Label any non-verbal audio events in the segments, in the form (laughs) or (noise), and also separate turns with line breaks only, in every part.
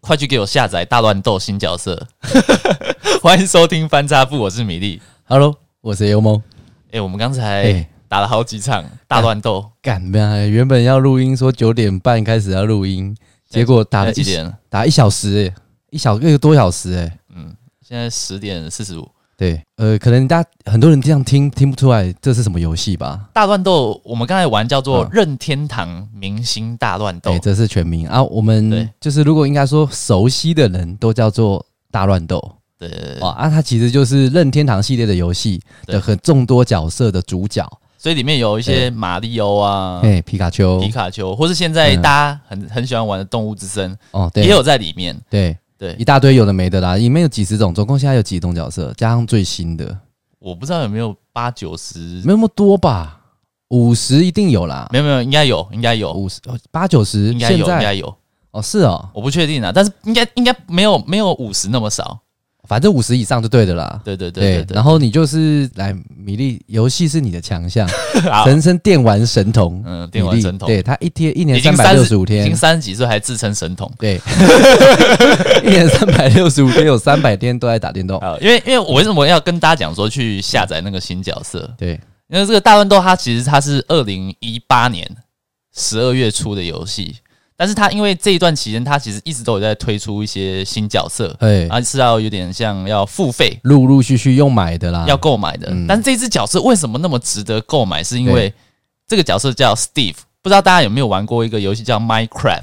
快去给我下载《大乱斗》新角色。 (laughs) 欢迎收听翻差部，我是米粒。
Hello，我是 U 梦。
哎、我们刚才
哎
打了好几场大乱斗，
干嘛？原本要录音，说九点半开始要录音，结果哎
现在
打了
呃几
一
点？
打一小时、欸，一小一个多小时、欸，哎，
嗯，现在十点四十五。
对，呃，可能大家很多人这样听听不出来这是什么游戏吧？
大乱斗，我们刚才玩叫做《
嗯
任天堂明星大乱斗
对，》这是全名啊。我们
对
就是如果应该说熟悉的人都叫做大乱斗
对对对对
哇啊，它其实就是任天堂系列的游戏
对
的很众多角色的主角，
所以里面有一些马里奥啊、
哎，皮卡丘
皮卡丘，或是现在
嗯
大家很很喜欢玩的《动物之声》，
哦，对，
也有在里面。
对
对
一大堆有的没的啦，里面有几十种，总共现在有几种角色，加上最新的。
我不知道有没有八九十，
没那么多吧，五十一定有啦，
没有没有，应该有，应该有，
五十哦八九十，
应该有，
现
应该
在
有。
哦是哦，
我不确定啊，但是应该应该没有没有五十那么少。
反正五十以上就对的啦。
对对对对对，
然后你就是来米粒，游戏是你的强项，
(laughs) 好
人生电玩神童，
嗯电玩
米粒
神童
对他一天一
已
年
经
三百六
30
十五
已经
天，
三十几岁还自称神童
对， (laughs) 一年三百六十五天有三百天都在打电动，
啊！因为因为我为什么要跟大家讲说去下载那个新角色？
对，
因为这个大乱斗它其实它是二零一八年十二月初的游戏，但是它因为这一段期间它其实一直都有在推出一些新角色，
哎，
而是要有点像要付费
陆陆续续用买的啦，
要购买的。
嗯
但是这只角色为什么那么值得购买？是因为这个角色叫 Steve，不知道大家有没有玩过一个游戏叫 Minecraft？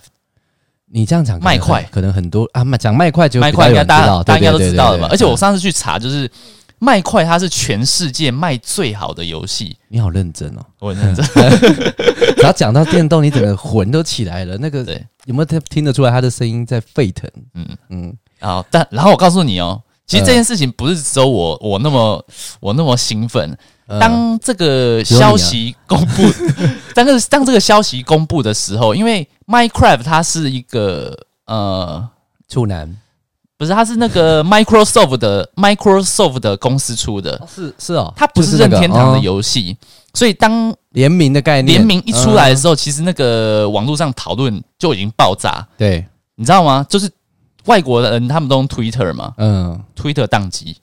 你这样讲可能
麦块
可能很多啊，麦讲麦块就
麦块应该大家大家应该都知道
了
了吧？而且我上次去查，就是麦块它是全世界卖最好的游戏。
你好认真哦，
我认
(laughs)
真，
只要讲到电动，你整个魂都起来了。那个
对
有没有听听得出来他的声音在沸腾？
嗯
嗯，
好，但然后我告诉你哦，其实这件事情不是只有我我那么我那么兴奋。
呃
当这个
只有你啊
消息公
(laughs)
布，当这个当这个消息公布的时候，因为 Minecraft 它是一个呃
处男
不是，它是那
(laughs)
个 Microsoft 的 Microsoft 的公司出的，
是是哦，
它不
就是那
任
个
天堂的
哦
游戏，所以当
联名的概念，
联名一出来的
嗯
时候，其实那个网络上讨论就已经爆炸，
对，
你知道吗？就是外国人他们都用 Twitter 嘛
嗯，
，Twitter 宕机，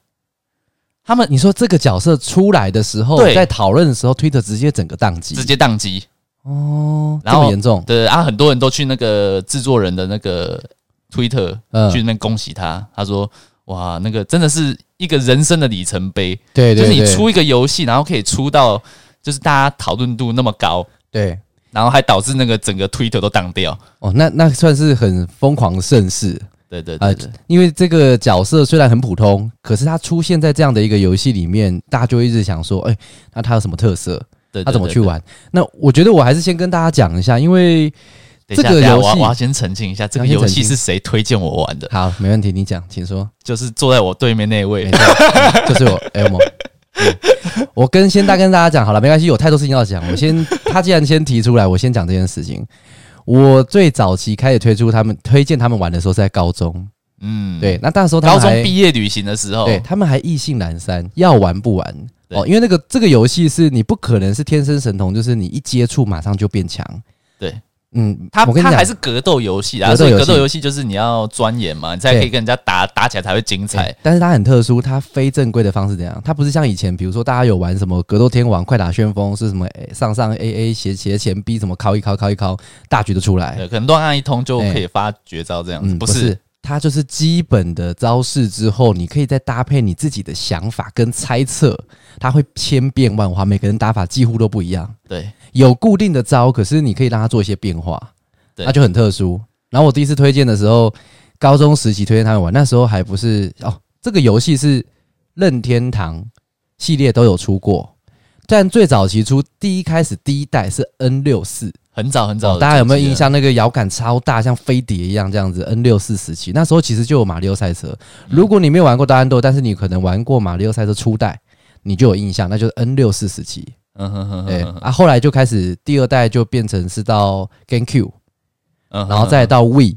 他们
你说这个角色出来的时候，
对
在讨论的时候，Twitter 直接整个宕机，
直接宕机，
哦，这
然后
么严重，
对啊，很多人都去那个制作人的那个 Twitter
嗯
去，那边恭喜他，他说哇，那个真的是一个人生的里程碑，
对
就
对
是你
对
出一个游戏，然后可以出到就是大家讨论度那么高，
对。
然后还导致那个整个 Twitter 都当掉。
哦，那那算是很疯狂的盛世，
对对
啊
对对，
因为这个角色虽然很普通，可是他出现在这样的一个游戏里面，大家就一直想说，哎、那他有什么特色？
对
他怎么去？玩？那我觉得我还是先跟大家讲一下，因为
对对
这
对等
个
一下
游
等一下我要
戏
我要先澄清一下，这个
要先
游
澄
戏
清
是谁推荐我玩的？
好，没问题，你讲，请说。
就是坐在我对面那位
没。错，嗯 (laughs) 就是我 Elmo。嗯我跟先大跟大家讲好了，没关系，有太多事情要讲。我先，他既然先提出来，我先讲这件事情。我最早期开始推出他们推荐他们玩的时候是在高中，
嗯，，
对，那那时候他
高
们还
中毕业旅行的时候，
对他们还意兴阑珊，要玩不玩
哦对
哦？因为那个这个游戏是你不可能是天生神童，就是你一接触马上就变强。
对，
嗯，
他
我跟你
他
讲
还是格斗游戏啊，
格斗
所以
游
格
戏
斗游戏就是你要钻研嘛，你才可以
对
跟人家打打起来才会精彩
对。但是它很特殊，它非正规的方式怎样？它不是像以前，比如说大家有玩什么格斗天王、快打旋风，是什么、诶上上 A A 斜斜前 B 什么敲一敲敲一敲，大局都出来。
对，可能乱按一通就可以发绝招这样子，
嗯，
不
不
是？
是，它就是基本的招式之后，你可以再搭配你自己的想法跟猜测，它会千变万化，每个人打法几乎都不一样。
对，
有固定的招，可是你可以让它做一些变化，
对
那就很特殊。然后我第一次推荐的时候，高中时期推荐他们玩，那时候还不是哦，这个游戏是任天堂系列都有出过，但最早期出第一开始第一代是 N 六四，
很早很早
哦
的，
大家有没有印？象？那个摇杆超大，像飞碟一样这样子。N 六四时期，那时候其实就有马里奥赛车。如果你没有玩过大乱斗，但是你可能玩过马里奥赛车初代，你就有印象，那就是 N 六四时期。
嗯哼哼
对
哼哼，
啊，后来就开始第二代就变成是到 GameCube，
嗯哼
然后再到 We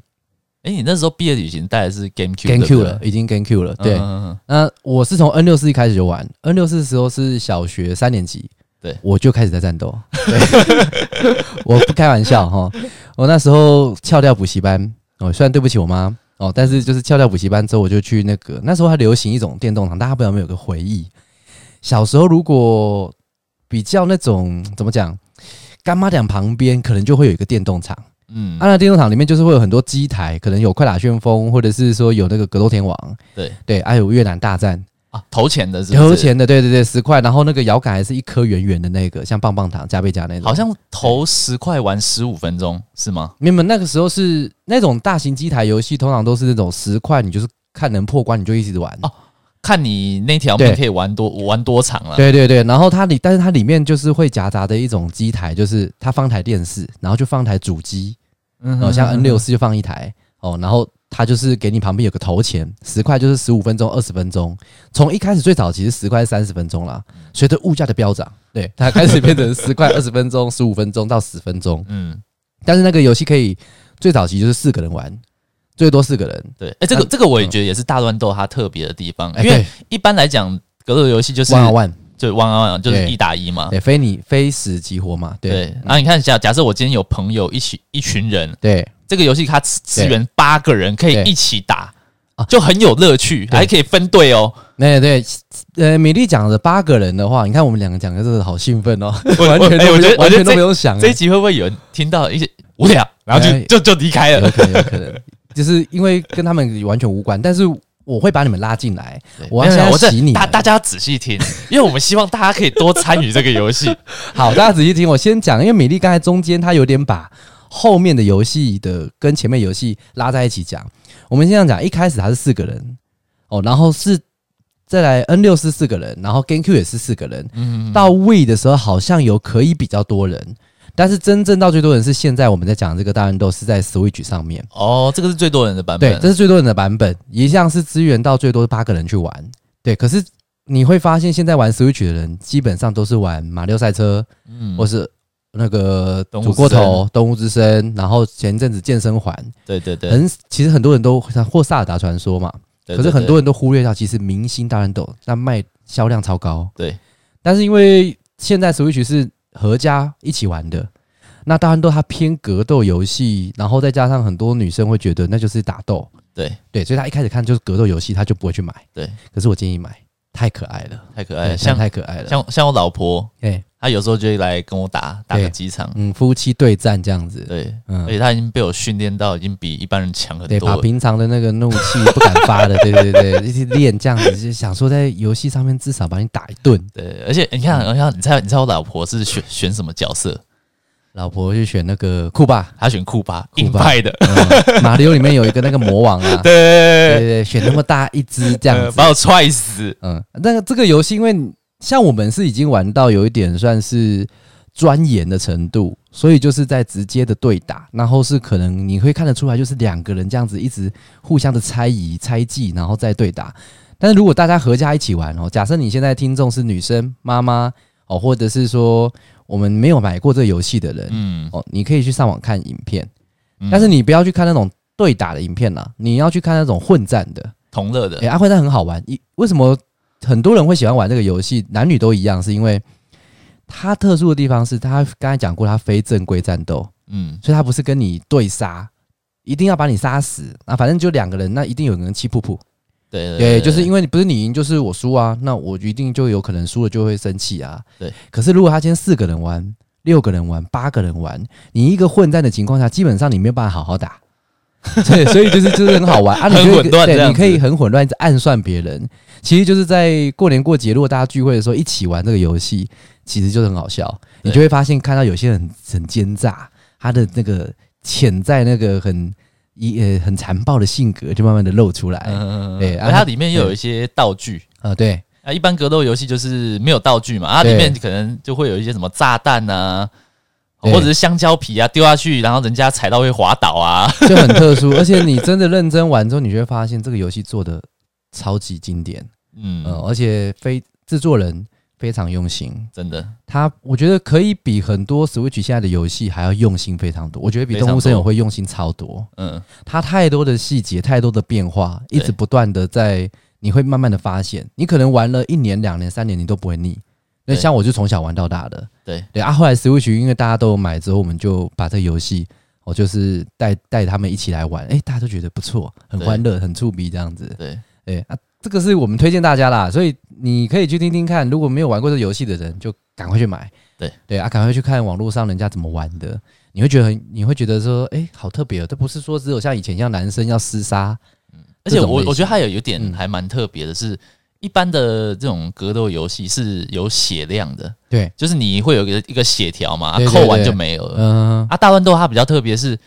哎，你那时候毕业旅行带的是 GameCube 对不对
GameCube 了，，已经 GameCube 了。对
嗯，哼哼
那我是从 N 六四开始就玩，N 六四时候是小学三年级，
对
我就开始在战斗。 (laughs) 对我不开玩笑哈，我那时候翘掉补习班，哦，虽然对不起我妈，哦，但是就是翘掉补习班之后，我就去那个那时候还流行一种电动堂，大家不知道有没有个回忆？小时候如果比较那种怎么讲，干妈店旁边可能就会有一个电动场，
嗯，
啊，那电动场里面就是会有很多机台，可能有快打旋风，或者是说有那个格斗天王，
对
对，还、有越南大战，
啊，投钱的是不是
投，钱的，对对对，十块，然后那个摇杆还是一颗圆圆的那个，像棒棒糖加倍加那种，
好像投十块玩十五分钟是吗？
你们那个时候是那种大型机台游戏，通常都是那种十块，你就是看能破关你就一直玩。
哦看你那条命
对
可以玩多玩多长了。
对对对，然后它里，但是它里面就是会夹杂的一种机台，就是它放台电视，然后就放台主机，
嗯
哦，像 N 六四就放一台哦，然后它就是给你旁边有个投钱，十块就是十五分钟、二十分钟，从一开始最早其实十块三十分钟啦，
嗯
随着物价的飙涨，对它开始变成十块、二十分钟、十五分钟到十分钟，
嗯，
但是那个游戏可以最早期就是四个人玩，最多四个人，
对，哎、这个
那
这个我也觉得也是大乱斗它特别的地方，
嗯哎
因为
对
一般来讲格斗游戏就是
one on one，
就 one on one 就是
对
一打一嘛，
对，非你非死即活嘛，
对啊
对。嗯
然后你看假假设我今天有朋友一起一群人，
对
这个游戏它支支援八个人可以
对
一起打
啊，
就很有乐趣，
对
还可以分队哦。
那对，呃，米莉讲的八个人的话，你看我们两个讲的真的好兴奋哦，
我
完全
哎
都
我
不
觉得
用
我
完
觉
全
得
都
这
不用想了
这一集会不会有人听到一些无聊，然后就
啊哎
就就离开
有
了？
可能，有可能，就是因为跟他们完全无关，但是我会把你们拉进来，
对
我
没有
现
没有
在
我
洗你
大
们
大家要仔细 (laughs) 听，因为我们希望大家可以多参与这个游戏。
好，大家仔细听，我先讲，因为米莉刚才中间她有点把后面的游戏的跟前面游戏拉在一起讲。我们先这样讲，一开始她是四个人哦，然后是再来 N 六是四个人，然后 GameCube 也是四个人，
嗯，
到 We 的时候好像有可以比较多人，但是真正到最多人是现在我们在讲这个大乱斗是在 Switch 上面。
哦，这个是最多人的版
对
本，。
这是最多人的版本，一向是支援到最多八个人去玩。对，可是你会发现，现在玩 Switch 的人基本上都是玩马六赛车，
嗯
或是那个
动物
煮过
之声
头、动物之声，然后前一阵子健身环，
对对对，
很其实很多人都或萨尔达传说嘛，
对
可是
对
很
对
多人都忽略到，其实明星大乱斗那卖销量超高，
对，
但是因为现在 Switch 是合家一起玩的。那大乱斗它偏格斗游戏，然后再加上很多女生会觉得那就是打斗，
对
对，所以他一开始看就是格斗游戏，他就不会去买。
对，
可是我建议买，太可爱了，
太可爱
对，
了，像
太可爱了。
像像我老婆，
哎，
她有时候就会来跟我打打个
对
几场，
嗯，夫妻对战这样子，
对，而
嗯，
且她已经被我训练到已经比一般人强很
对，
多
把
了。
平常的那个怒气不敢发的，对对 (laughs) 对，一直练这样子，就想说在游戏上面至少把你打一顿。
对，而且你看，你看，你猜，你猜我老婆是选选什么角色？
老婆去选那个酷霸，
她选库巴，
巴
硬派的，
嗯马里奥里面有一个那个魔王啊， (laughs) 对
对，
对对，选那么大一只这样
呃 (laughs)
子，
把我踹死。
嗯，那个这个游戏，因为像我们是已经玩到有一点算是钻研的程度，所以就是在直接的对打，然后是可能你会看得出来，就是两个人这样子一直互相的猜疑、猜忌，然后再对打。但是如果大家合家一起玩哦，假设你现在听众是女生、妈妈哦，或者是说我们没有买过这个游戏的人、
嗯，
哦，你可以去上网看影片，
嗯
但是你不要去看那种对打的影片啦，你要去看那种混战的。
同乐的
哎、，阿辉蛋很好玩。一为什么很多人会喜欢玩这个游戏？男女都一样，是因为它特殊的地方是，它刚才讲过，它非正规战斗，
嗯，
所以它不是跟你对杀，一定要把你杀死啊。反正就两个人，那一定有人气噗噗。
对
对，就是因为你不是你赢就是我输啊，那我一定就有可能输了就会生气啊。
对，
可是如果他今天四个人玩、六个人玩、八个人玩，你一个混战的情况下，基本上你没有办法好好打。
(laughs)
对，所以就是就是很好玩啊，你
很
可以
混乱这
对，
样
你
子
可以很混乱，一直暗算别人。其实就是在过年过节，如果大家聚会的时候一起玩这个游戏，其实就是很好笑。你
对
就会发现看到有些人很很奸诈，他的那个潜在那个很一呃很残暴的性格就慢慢的露出来。
嗯，
对
而
啊
它里面又有一些道具。
啊，对，
啊，一般格斗游戏就是没有道具嘛，啊，里
对
面可能就会有一些什么炸弹啊，
对
或者是香蕉皮啊丢下去，然后人家踩到会滑倒啊， (laughs)
(laughs) 就很特殊，而且你真的认真玩之后，你就会发现这个游戏做的超级经典，
嗯，
嗯，而且非制作人非常用心，
真的，
他我觉得可以比很多 Switch 现在的游戏还要用心非常多，我觉得比
非常
动物森友
多
会用心超多，
嗯，
它太多的细节，太多的变化，一
对
直不断的在，你会慢慢的发现，你可能玩了一年、两年、三年，你都不会腻。那
对
像我就从小玩到大的，
对
对啊，后来 Switch 因为大家都有买之后，我们就把这个游戏我就是带带他们一起来玩，哎、大家都觉得不错，很
对
欢乐，很触鼻这样子。
对，
对啊，这个是我们推荐大家啦，所以你可以去听听看，如果没有玩过这游戏的人，就赶快去买。
对
对啊，赶快去看网络上人家怎么玩的，你会觉得很，你会觉得说，哎、好特别哦，这不是说只有像以前像男生要厮杀，
而且
这种类
我
型
我觉得它有有点
嗯
还蛮特别的是，一般的这种格斗游戏是有血量的，
对，
就是你会有一个一个血条嘛，啊
对对
扣完
对
就没有了。
嗯、
啊，大乱斗它比较特别是，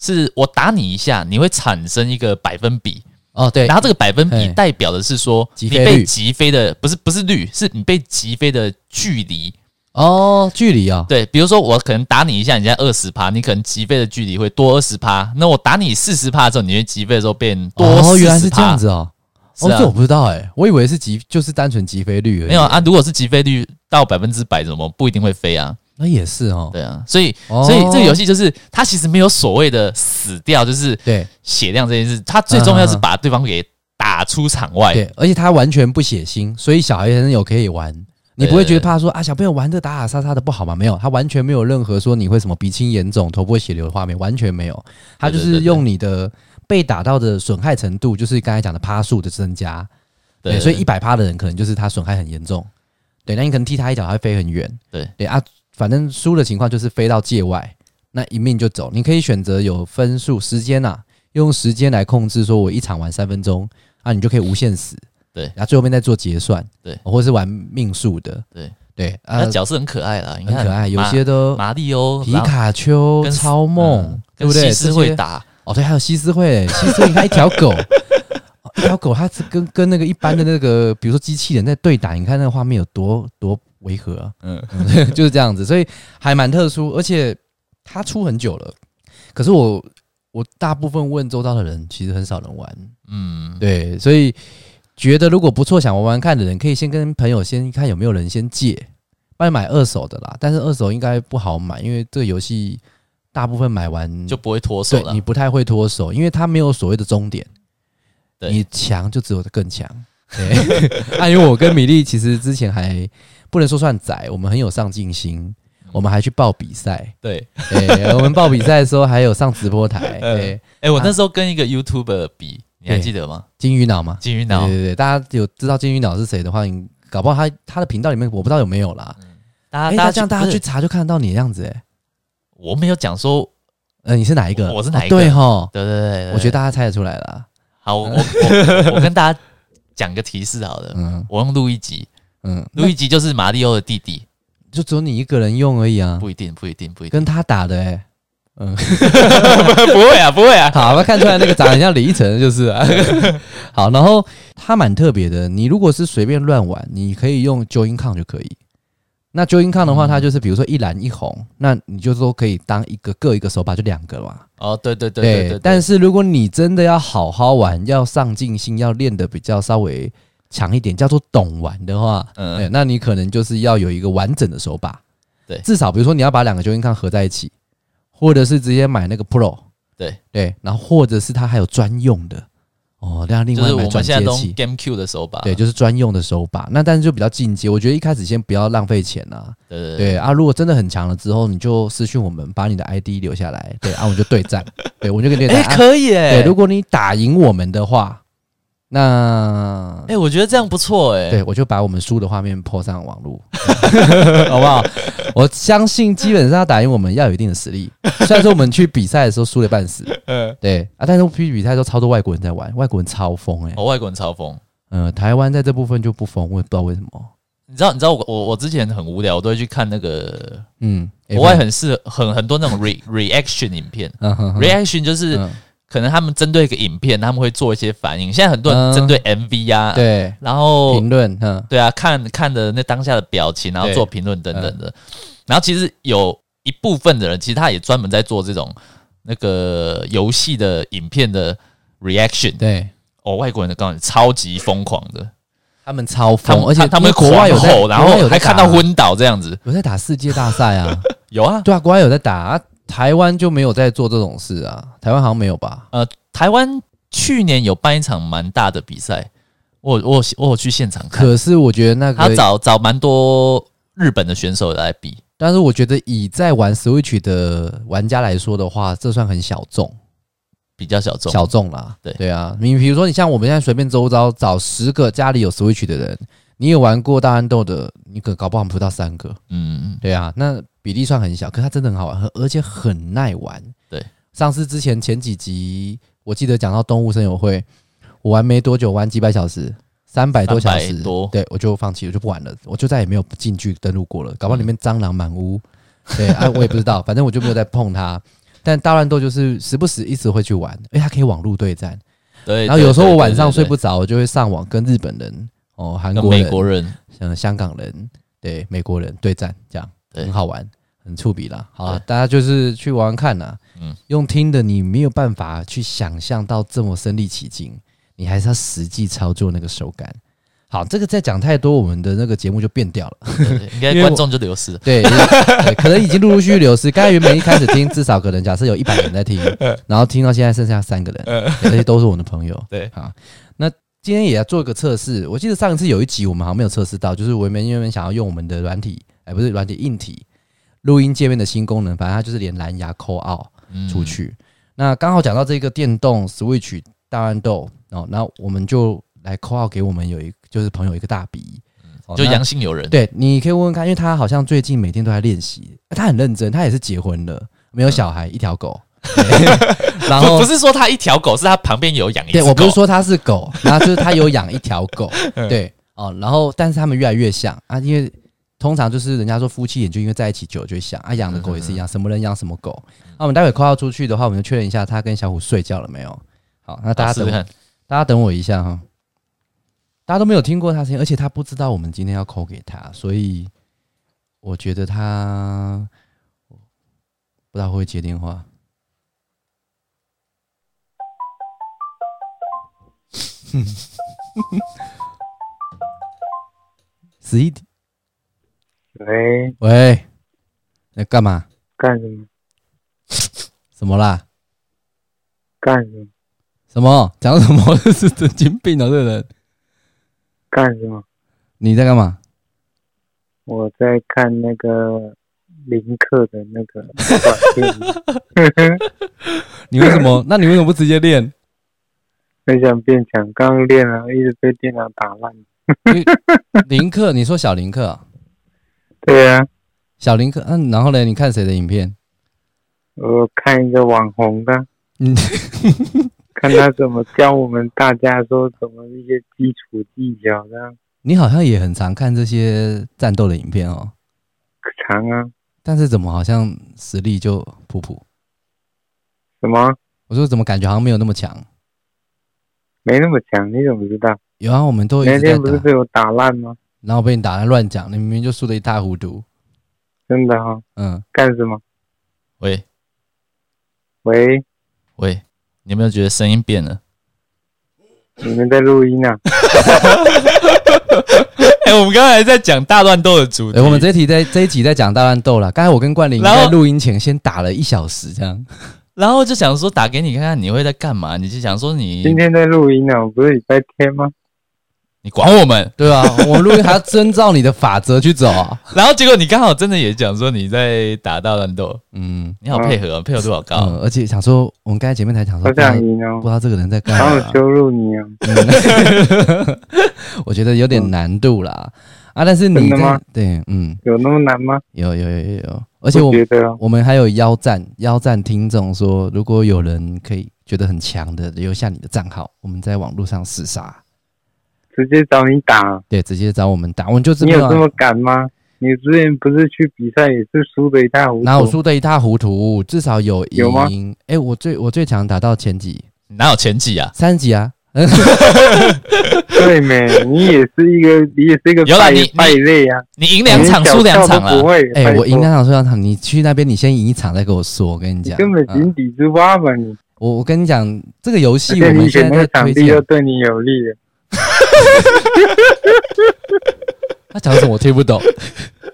是我打你一下，你会产生一个百分比，
哦对
然，后这个百分比
嘿
代表的是说
击
你
飞率
被击飞的不是不是率，是你被击飞的距离。
哦距离哦，
对，比如说我可能打你一下，你现在二十趴，你可能击飞的距离会多二十趴。那我打你四十趴之后，你会击飞的时候变多40%
哦原来是这样，子哦，
是
哦
啊
这我不知道哎、我以为是击就是单纯击飞率而已，
没有，啊，如果是击飞率到百分之百，怎么不一定会飞啊？
那也是哦，
对啊，所以
哦
所以这个游戏就是它其实没有所谓的死掉，就是
对
血量这件事，它最重
嗯
要是把对方给打出场外。
对，而且它完全不血腥，所以小孩真的有可以玩。你不会觉
对对
得
对
怕说啊，小朋友玩这打打杀杀的不好吗？没有，他完全没有任何说你会什么鼻青眼肿、头破血流的画面，完全没有。他就
对对对
是
对
用你的被打到的损害程度，就是刚才讲的趴数的增加。对，所以一百趴的人可能就是他损害很严重。对，那你可能踢他一脚，他会飞很远。
对
对啊，反正输的情况就是飞到界外，那一命就走。你可以选择有分数、时间啊，用时间来控制，说我一场玩三分钟啊，你就可以无限死。
对
然后最后面再做结算，
对
哦或是玩命数的，
对
对啊
那，角色很可爱啦，你
很
看
可爱，有
马
些都
马里奥、
呃皮
然后
卡丘、
跟
超梦
嗯，
对
跟
不对？
西施
这
会
些
打，
哦，对，还有西斯
(laughs)
会，西斯会你看一条狗，哦一条狗，它是跟跟那个一般的那个，比如说机器人在对打，你看那个画面有多多违和、啊，
嗯，
嗯 (laughs) 就是这样子，所以还蛮特殊，而且它出很久了，可是我我大部分问周遭的人，其实很少人玩，
嗯，
对，所以觉得如果不错想玩玩看的人，可以先跟朋友先看有没有人先借，帮你买二手的啦，但是二手应该不好买，因为这个游戏大部分买完
就不会脱手
嗯对
了
你。不太会脱手，因为它没有所谓的终点，
对
你强就只有
(laughs)
更强。对， (laughs) 啊，因为我跟米粒其实之前还不能说算宅，我们很有上进心，
嗯
我们还去报比赛。
对，
对， (laughs) 我们报比赛的时候还有上直播台。
(laughs) 嗯
对，
哎，我那时候跟一个 YouTuber 比，你还记得吗？
金鱼脑嘛，
金鱼
对
脑
对，对，大家有知道金鱼脑是谁的话，你搞不好他他的频道里面我不知道有没有啦。
大家嗯
哎，那
大
这
家
样大家，
不
去
是
查就看得到你的样子。哎，
我没有讲说，
呃，你是哪一个？
我我是哪一
哦
个
对哈，
对对对对，
我觉得大家猜得出来了。
好，我我我我跟大家讲个提示好了，
嗯
我用路易吉，
嗯，
路易吉就是马里奥的弟弟，
就只有你一个人用而已啊。
不一定，不一定，不一定，
跟他打的哎、
(laughs)
欸，
不会啊，不会啊，
(laughs) 好，那看出来那个长得很像李依晨的就是啊。好，然后他蛮特别的，你如果是随便乱玩，你可以用 Join Con 就可以。那 Join Con 的话，
嗯
它就是比如说一蓝一红，那你就都可以当一个各一个手把，就两个嘛。
哦，对对对对对，
但是如果你真的要好好玩，要上进心，要练得比较稍微强一点，叫做懂玩的话，
嗯
对，那你可能就是要有一个完整的手把。
对
至少比如说你要把两个 Join Con 合在一起，或者是直接买那个 Pro。
对
对，然后或者是它还有专用的哦，那另
就
外
是我
买
们
转
现在
接
都
器，
GameCube 的手把，
对，就是专用的手把。那但是就比较进阶，我觉得一开始先不要浪费钱啊。
对对对
对啊，如果真的很强了之后，你就私讯我们，把你的 ID 留下来，对啊，我们就对战，对，我们就跟
(laughs)
你对
哎、
战。啊
可以哎、
对，如果你打赢我们的话，那
哎、我觉得这样不错哎、
对，我就把我们输的画面泼上网络， (laughs) 好不好？我相信基本上要打赢我们要有一定的实力。虽然说我们去比赛的时候输的半死，
嗯
对啊，但是去比赛都超多外国人在玩，外国人超疯哎、欸。
我、哦外国人超疯。
呃，台湾在这部分就不疯，我也不知道为什么。
你知道，你知道我我我之前很无聊，我都会去看那个
嗯，
国外很适合很很多那种 re reaction 影片
嗯哼哼
，reaction 就是
嗯
可能他们针对一个影片，他们会做一些反应。现在很多人
嗯
针对 MV 啊，，
对
然后
评论，嗯
对啊，看看的那当下的表情，然后
对嗯
做评论等等的。然后其实有一部分的人，其实他也专门在做这种那个游戏的影片的 reaction。
对，
哦，外国人的告诉你超级疯狂的，
他们超
他
疯，
们
哦而且
他他们
因为国
狂
外有在
吼，然
国外有
后还
在打
看到昏倒这样子。
有在打世界大赛啊，
有啊，
对啊，国外有在打，啊台湾就没有在做这种事啊，台湾好像没有吧？
呃，台湾去年有办一场蛮大的比赛，我我有我有去现场看，
可是我觉得那
他
个
找找蛮多日本的选手来比。
但是我觉得以在玩 Switch 的玩家来说的话，这算很小众，
比较小众，
小众啦。
对
对啊，你比如说你像我们现在随便周遭找十个家里有 Switch 的人，你有玩过大乱斗的，你可搞不好不到三个。
嗯，
对啊，那比例算很小，可它真的很好玩，很而且很耐玩。
对，
上次之前前几集我记得讲到动物森友会，我玩没多久，玩几百小时，三百多小时，
300多
对我就放弃，我就不玩了，我就再也没有进去登录过了，搞不好里面蟑螂满
(laughs)
屋。对，哎、我也不知道，反正我就没有再碰它。但大乱斗就是时不时一直会去玩，哎、它可以网络对战，
对。
然后有时候我晚上睡不
着，
着，我就会上网跟日本人、哦韩
跟
国
美
人、
国 (laughs) 人
嗯，香港人对美国人对战，这样
对
很好玩，很触笔啦。好啦
对
大家就是去玩玩看啦。
嗯
嗯，用听的你没有办法去想象到这么身临其境，你还是要实际操作那个手感。好，这个再讲太多，我们的那个节目就变掉了。
对对应该
因为我
观众就流失了。
(laughs) 对，对可能已经陆陆续续流失。刚才原本一开始听，至少可能假设有一百人在听，然后听到现在剩下三个人，对而且都是我的朋友。
对
好，那今天也要做一个测试。我记得上一次有一集我们好像没有测试到，就是我们原本想要用我们的软体，哎、不是软体硬体录音界面的新功能，反正它就是连蓝牙 call out
嗯
出去。那刚好讲到这个电动 Switch 大乱斗哦，那我们就来 call out 给我们有一就是朋友一个大鼻。哦
嗯就
那
阳性有人，
对，你可以问问看，因为他好像最近每天都在练习，他很认真，他也是结婚了，没有小孩，一
(laughs)
条狗。对然
不
后
不是说他一条狗，是他旁边有养一只
对
狗。
我不是说他是狗，然后就是他有养一条
(laughs)
狗，
嗯
对哦，然后但是他们越来越像啊，因为通常就是人家说夫妻也就因为在一起久了就会像啊，养的狗也是一样，什么人养什么狗。那我们待会 call 到出去的话，我们就确认一下他跟小虎睡觉了没有。好，那大
好试
家等
试看，
大家等我一下哈，大家都没有听过他的声音，而且他不知道我们今天要扣给他，所以我觉得他不知道会不会接电话。 (laughs) 十一点，
喂，
喂，那干嘛？
干什么？
什么啦？
干什么？
什么？讲什么？ (laughs) 是神经病啊！这个人，
干什么？
你在干嘛？
我在看那个林克的那个短片，
你为什么？ (laughs) 那你为什么不直接练？
很想变强，刚刚练了，一直被电脑打烂。
林克，你说小林克啊、
对啊，
小林克，嗯、然后呢？你看谁的影片？
我看一个网红的，
嗯，
看他怎么教我们大家说怎么一些基础技巧这样。
(laughs) 你好像也很常看这些战斗的影片哦，
长啊，
但是怎么好像实力就普普？
什么
我说怎么感觉好像没有那么强？
没那么强？你怎么知道？
有啊，我们都一
那
直在
天不是
打，
被我打烂吗？
然后被你打得乱讲，你明明就输得一塌糊涂。
真的哈、哦，
嗯，
干什么？
喂
喂，
喂，你有没有觉得声音变了？
你们在录音啊？
哎，我们刚才在讲大乱斗的主题，
哎，我们这一题在这一集在讲大乱斗了。刚才我跟冠霖
然后
在录音前先打了一小时，这样。
然后就想说打给你看看你会在干嘛，你就想说你
今天在录音啊？我不是礼拜天吗？
你管我们，
对啊，我们录音还要遵照你的法则去走啊。 (laughs)
然后结果你刚好真的也讲说你在打大乱斗，
嗯，
你好配合、哦，配合度好高。
嗯，而且想说，我们刚才前面才讲说，不
我
知道
想赢哦
不知。道这个人在干
然
嘛。
后羞辱
(laughs)
你啊！
(laughs) 我觉得有点难度啦。啊，但是你
嗯真的
在
吗
对，嗯，
有那么难吗？
有有有有有，而且我
我觉
们
得哦
我们还有邀战邀战听众说，如果有人可以觉得很强的，留下你的账号，我们在网络上厮杀。
直接找你打，
对，直接找我们打，我们就是
你
没
有
有啊
这么敢吗？你之前不是去比赛也是输的一塌糊涂，
哪有输的一塌糊涂，至少有
有吗
赢。哎、我最我最强打到前几
哪有前几啊？
三级啊，
对
(laughs)
没？你也是一个，你也是一个
有啦
败
你
败类啊，
你赢
嗯
两场
连
输两
小
场
跳都不
啊！
会，
哎、
拜托
我赢两场输两场，你去那边你先赢一场再跟我说，我跟你
你
讲，
根本
嗯
井底之蛙嘛你！
我我跟你讲这个游
而
戏
且
我
你
们现
选那
在
个
在
场
推
地
荐
又，对你有利了，
(laughs) 他讲什么我听不
(laughs)
懂，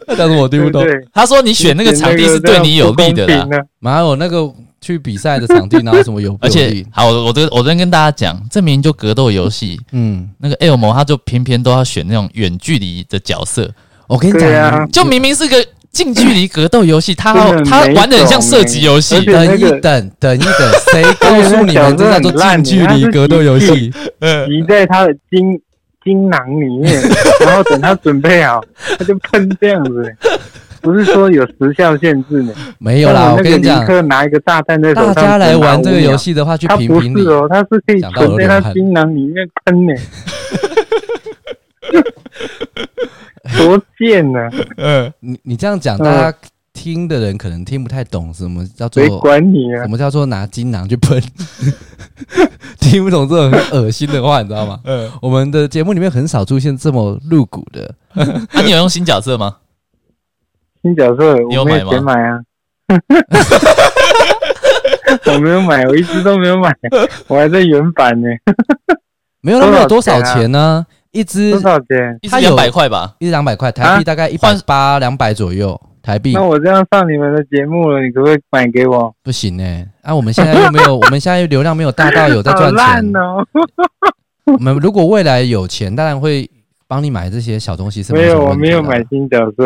他讲什么我听
对
不懂。
对？
他说你选那个场地是对你有利的啦
你选那个这样不公，平啊
哪有那个去比赛的场地，哪有什么有
而
有
且
利
好，我我这我这边跟大家讲，这明明就格斗游戏，
嗯，
那个 L 模他就偏偏都要选那种远距离的角色，
我跟你
对
讲，
啊
就明明是个近距离格斗游戏，他
真的
他
没
玩的很像射击游戏
懂欸
等
而且那
一
个
等，等一等，谁告诉你们这叫做近距离格斗游戏？
挤在他的精精囊里面，然后等他准备好，他就喷这样子。不是说有时效限制呢？
没有啦，
像
我
那
跟
个
你讲
林，克拿一个炸弹在手
大
上，
家来玩这个游戏的话，去
只拿五
评评
秒，他不
理
是。哦，他是可以
想到我都
存在
流汗
他精囊里面喷呢。多贱啊
(laughs)
呢、
(laughs) 嗯，
你你这样讲，
嗯
大家听的人可能听不太懂什么叫做
谁管你啊
什？么叫做拿金囊去喷， (laughs) 听不懂这种很恶心的话，你知道吗？
嗯
我们的节目里面很少出现这么露骨的，
啊，你有用新角色吗？
新角色
你有
我没
买吗
钱买啊，
(laughs)
我没有买，我一直都没有买，我还在原版呢。
没有那么有多
多少
少
钱啊
钱呢？一只
多少啊钱？
一
他
是
有
两百块吧？
一只两百块，台币大概一百
换
八两百左右台币
那，我这样上你们的节目了，你可不可以买给我？
不行哎、啊，我们现在又没有，
(laughs)
我们现在流量没有大到有在
好
赚
烂
钱。
哦！
我们如果未来有钱，当然会帮你买这些小东西，是
没
什
有，
么
我
问题
没
的
有买新角色，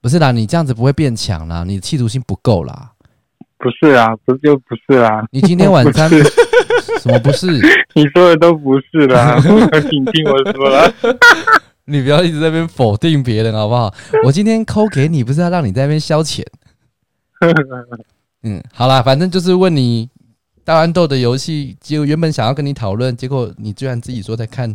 不是啦，你这样子不会变强啦，你企图心不够啦。
不是啊，不就不是啊， (laughs)
你今天晚餐
不是
(laughs) 什么不是？
你说的都不
(laughs)
是啦，请听我说啦。 (laughs)
你不要一直在那边否定别人好不
(laughs)
好？我今天抠给你，不是要让你在那边消遣。嗯，好啦，反正就是问你大乱斗的游戏，就原本想要跟你讨论，结果你居然自己说在看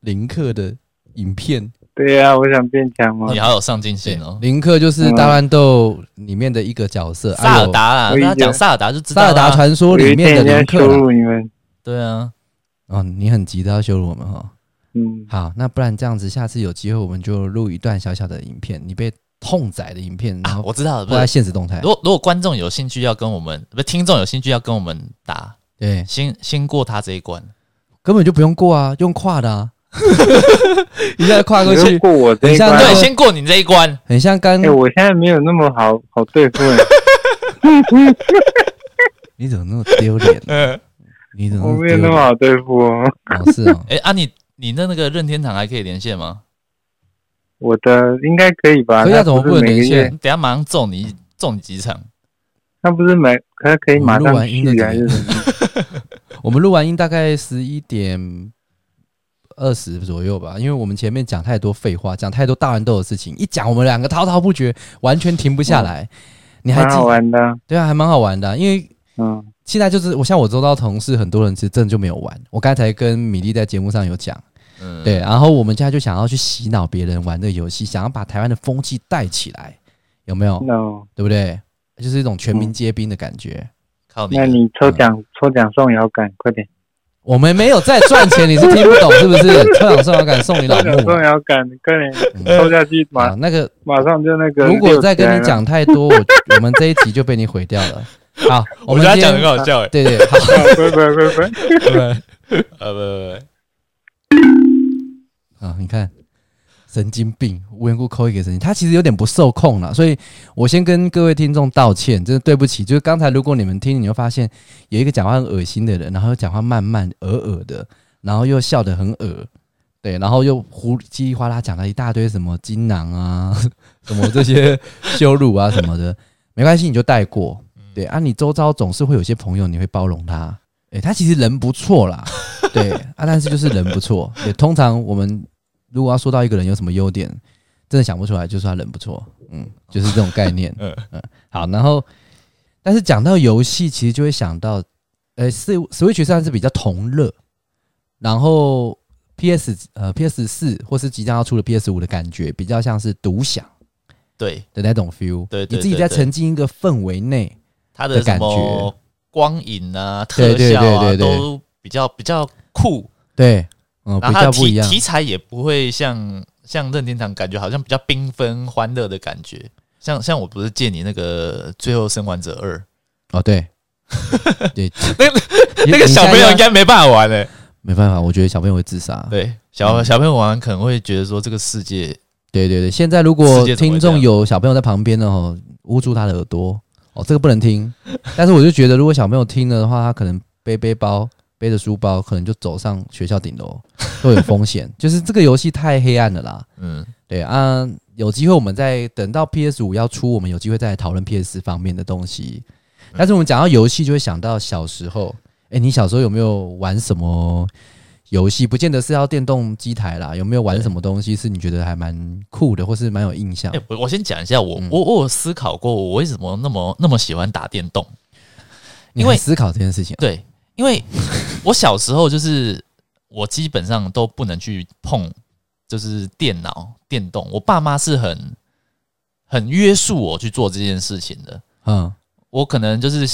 林克的影片。
对呀、我想变强嘛
哎
你。好有上进心哦。
林克就是
嗯
大乱斗里面的一个角色，哎
萨尔达啦，
我
大
已
家讲
经
萨尔达就知道
啊萨
啦
尔达传说
我有
里
一
面的啊林
天要
克
羞
啦。
辱你们，
对啊，
哦，你很急的要羞辱我们哈、哦。
嗯，
好，那不然这样子，下次有机会我们就录一段小小的影片，你被痛宰的影片，然
啊，
后
我知道了，不
放在
是。
现实动态
如。果如果观众有兴趣要跟我们，不是听众有兴趣要跟我们打，
对，
先先过他这一关。
根本就不用过啊，用跨的啊， (laughs) 一下跨过
你
去
就，过我这一
等一下
关
那。
对，先过你这一关。
很像刚
哎、。我现在没有那么好好对付、欸，
(laughs) 你怎么那么丢
(laughs)
脸？
嗯，
你怎么
我
么
没
丢
有那么
脸？
好对付哦。
哦，是哦，
哎啊，你你的那个任天堂还可以连线吗？
我的应该可以吧？
可以啊
他
怎么
不
不
是
能
每个
连
月
线？
等一下马上揍你揍你几场。
他不是每他可以马
我们录
上
完音的
去
节
还是
目
什么？
我们录完音大概十一点二十左右吧，因为我们前面讲太多废话，讲太多大乱斗的事情，一讲我们两个滔滔不绝，完全停不下来。你还
哦蛮
记
好玩的啊，
对啊，还蛮好玩的啊、因为
嗯
现在就是我像我周遭同事很多人其实真的就没有玩。我刚才跟米粒在节目上有讲，
嗯，
对，然后我们现在就想要去洗脑别人玩这个游戏，想要把台湾的风气带起来，有没有？
，no，
对不对？就是一种全民皆兵的感觉。
靠你
那。你抽
嗯
奖抽奖送摇杆，快点！
我们没有在赚钱，你是听不懂是不是？车长送我敢送你老
(laughs) 抽
木
奖
啊、
送摇杆，快点
嗯
抽下去，马
啊！那个，
马上就那个。
如果再跟你，讲 (laughs) 太多，我我们这一集就被你毁掉了。好，
(laughs) 我
我们
觉得他
今
讲得
天
很好笑哎。
对对好，
拜拜拜拜。
呃，不不不，
啊，你看，神经病，无缘故扣一个神经，他其实有点不受控了，所以我先跟各位听众道歉，真的对不起。就是刚才如果你们听，你会发现有一个讲话很恶心的人，然后又讲话慢慢耳耳的，然后又笑得很耳，对，然后又胡叽里哗啦讲了一大堆什么金囊啊， (laughs) 什么这些羞辱啊什么的，没关系，你就带过。对啊，你周遭总是会有些朋友，你会包容他。诶、他其实人不错啦，对啊，但是就是人不错。也通常我们如果要说到一个人有什么优点，真的想不出来，就是他人不错，嗯，就是这种概念。嗯
(laughs) 嗯
好，然后但是讲到游戏，其实就会想到，呃，S Switch 算是比较同乐，然后 PS 呃 PS 四或是即将要出的 PS 五的感觉，比较像是独享
对，
的那种 feel，
对对
你自己
对
在
对
沉浸一个氛围内，
他的
的感
什
觉
么光影啊、
对
特
对
效啊，
对对对
都比较比较酷，
对，
然
嗯，比
后它
较
的
不一
题
样。
题材也不会像像任天堂感觉好像比较缤纷欢乐的感觉。像像我不是借你那个《最后生还者二》，(laughs)
哦，对，对，
那个 (laughs)
你
那个小朋友应。
你现在啊
该没办法玩诶、
没办法，我觉得小朋友会自杀。
对，
嗯
小小朋友玩可能会觉得说这个世界
对对对，现在如
世
果
界怎么
听
会这样
众有小朋友在旁边呢，哦，捂住他的耳朵，哦，这个不能听。 (laughs) 但是我就觉得，如果小朋友听了的话，他可能背背包、背着书包，可能就走上学校顶楼，都有风险， (laughs) 就是这个游戏太黑暗了啦。
嗯，
对啊，有机会我们再等到 PS 五要出，我们有机会再来讨论 PS 方面的东西。但是我们讲到游戏，就会想到小时候。哎、你小时候有没有玩什么游戏？不见得是要电动机台啦，有没有玩什么东西是你觉得还蛮酷的，或是蛮有印象？
哎、我我先讲一下，我、
啊嗯
我我有思考过，我为什么那么那么喜欢打电动？
你
因为
还思考这件事情啊，
对，因为我小时候就是我基本上都不能去碰，就是电脑、电动。我爸妈是很很约束我去做这件事情的。
嗯
我可能就是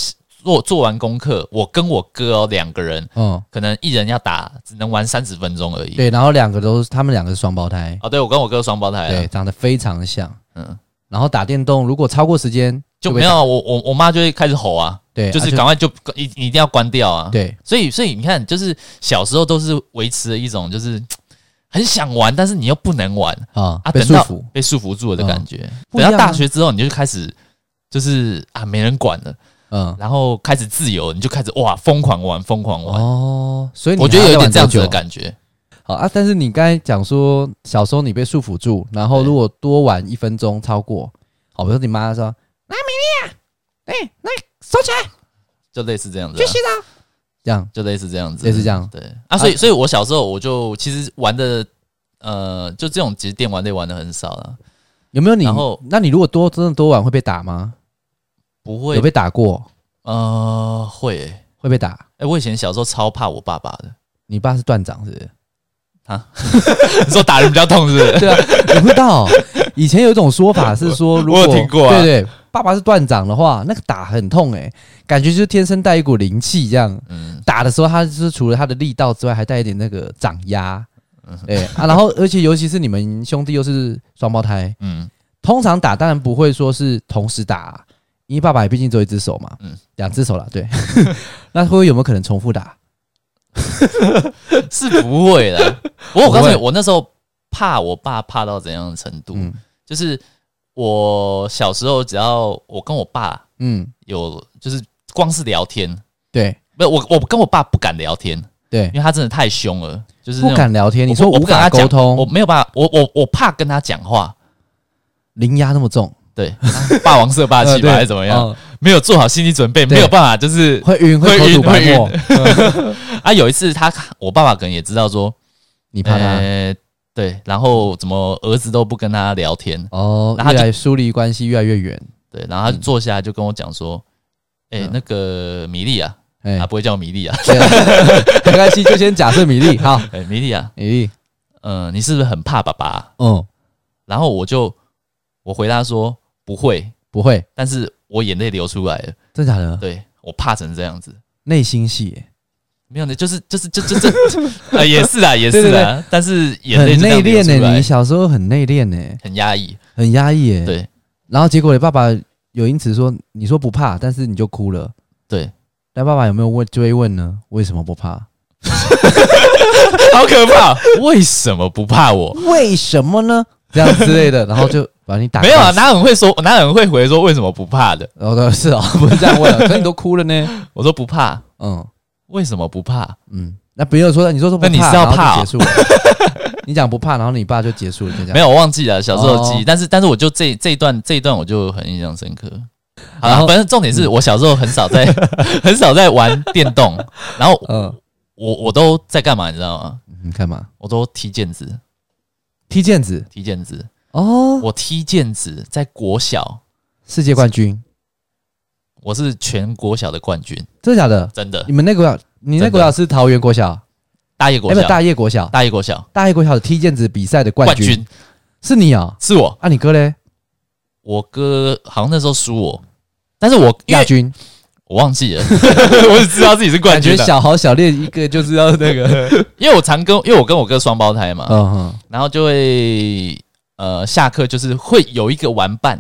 做做完功课，我跟我哥哦两个人，
嗯，
可能一人要打只能玩三十分钟而已。
对，然后两个都是，他们两个是双胞胎，
哦，对我跟我哥双胞胎啊，
对，长得非常像。
嗯，
然后打电动如果超过时间
就
被
没有啊我我我妈就会开始吼啊，
对，
就是
啊
赶快就一一定要关掉啊。
对
所以，所以你看，就是小时候都是维持了一种就是嘖很想玩，但是你又不能玩
啊
啊，
被
等
束
到
缚。
被束缚住了的感觉。
不一
等
样啊
到大学之后，你就开始就是啊，没人管了，
嗯，
然后开始自由，你就开始哇，疯狂玩，疯狂玩。
哦，所以你
我觉得有一
还要
点
玩
这样子
多
的
久
感觉，
好啊，但是你刚才讲说小时候你被束缚住，然后
对
如果多玩一分钟超过，好，比如说你妈说
就类似这样子啊、
这样，
就类似这样子，
类似这样
对啊，所以，所以我小时候我就其实玩的，呃，就这种其实电玩类玩的很少了，
有没有你？
然后
那你如果多真的多玩会被打吗？
不会，
有被打过，
呃，会欸、
会被打。
哎、我以前小时候超怕我爸爸的。
你爸是段长是不是？
你 (laughs) 说打人比较痛是不是？
(laughs) 对啊，我不知道。以前有一种说法
(laughs)
是说，如果
我有听过啊
对对，爸爸是段长的话，那个打很痛哎、感觉就是天生带一股灵气这样。
嗯，
打的时候，他就是除了他的力道之外，还带一点那个掌压，
嗯
对啊。然后，而且尤其是你们兄弟又是双胞胎，
嗯，
通常打当然不会说是同时打啊、因为爸爸也毕竟只有一只手嘛，嗯
嗯，
两只手啦，对。 (laughs) 那会不会有没有可能重复打？
是不会的。不过我告诉你，
不
我那时候怕我爸怕到怎样的程度？
嗯
就是我小时候，只要我跟我爸
嗯，
有，就是光是聊天，
对
不是我我跟我爸不敢聊天，
对
因，为他真的太凶了，就是那
不
种
敢聊天，你说
我
无
不跟他
法
讲
沟
我
通，
没有办法，我我我怕跟他讲话。
零压那么重， (laughs)
对，霸王色霸气吧，
呃对
还是怎么样？
嗯
没有做好心理准备，
对
没有办法，就是
会晕，
会
会口
晕
吐白
会晕 (laughs)
沫，
啊。有一次他，我爸爸可能也知道说，
你怕他
呃对，然后怎么儿子都不跟他聊天，
哦，
然后
越
他就
来疏离关系越来越远，
对，然后他就坐下来就跟我讲说，哎、
嗯
那个米粒啊，
哎
啊，，不会叫我米粒
(laughs)
啊，
对啊没关系，就先假设米粒，好，
哎、米粒啊，
米粒，
(laughs) 嗯、你是不是很怕爸爸啊、
嗯，
然后我就我回答说不会，
不会，
但是我眼泪流出来了，
真假的，
对我怕成这样子。
内心戏，
没有呢，就是就是就 (laughs) 就就，呃，也是啦，也是
对对
啦，但是眼泪
很
就这
内
样流
敛
出
呢，
来
你，小时候很内敛呢，
很压抑。
很压抑耶，
对
然后结果你爸爸有因此说，你说不怕，但是你就哭了。 (laughs)
对，
但爸爸有没有问追问呢？为什么不怕？
好可怕！ (laughs) 为什么不怕我？
为什么呢？这样之类的，然后就把你打
没有啊，
那
哪有人会说，哪有人会回说为什么不怕的？
哦对是哦，不是这样问了，可你都哭了呢。
我说不怕，
嗯
为什么不怕？
嗯，那别人说你说说不怕，
那你是要
然
怕
后
哦
就结束了。 (laughs) 你讲不怕，然后你爸就结束了，就这样。
没有，我忘记了小时候的记忆，
哦
但是但是我就这这一段这一段我就很印象深刻。好
然
了，
后嗯
反正重点是我小时候很少
(laughs)
在很少在玩电动，然后
嗯，
我我都在干嘛，你知道吗？
你看嘛，
我都踢毽子，
踢毽子
踢毽子，
哦，
我踢毽子在国小，
世界冠军，
我是全国小的冠军，
真的假的？
真的
你，们那国小，你那国小是桃园国小，
大业
哎
国
不
小，
是大叶国小，
大业国小
大叶国小的踢毽子比赛的冠
冠
军
军
是你啊？
是我，
啊，你哥嘞？
我哥好像那时候输我，但是我因
亚
为
军，
我忘记了， (laughs) 我只知道自己是冠
感
军啊
觉
的，
小豪小烈一个就知道
(laughs)
那个，
因为我常跟因为我跟我哥双胞胎嘛，
嗯嗯
然后就会呃下课就是会有一个玩伴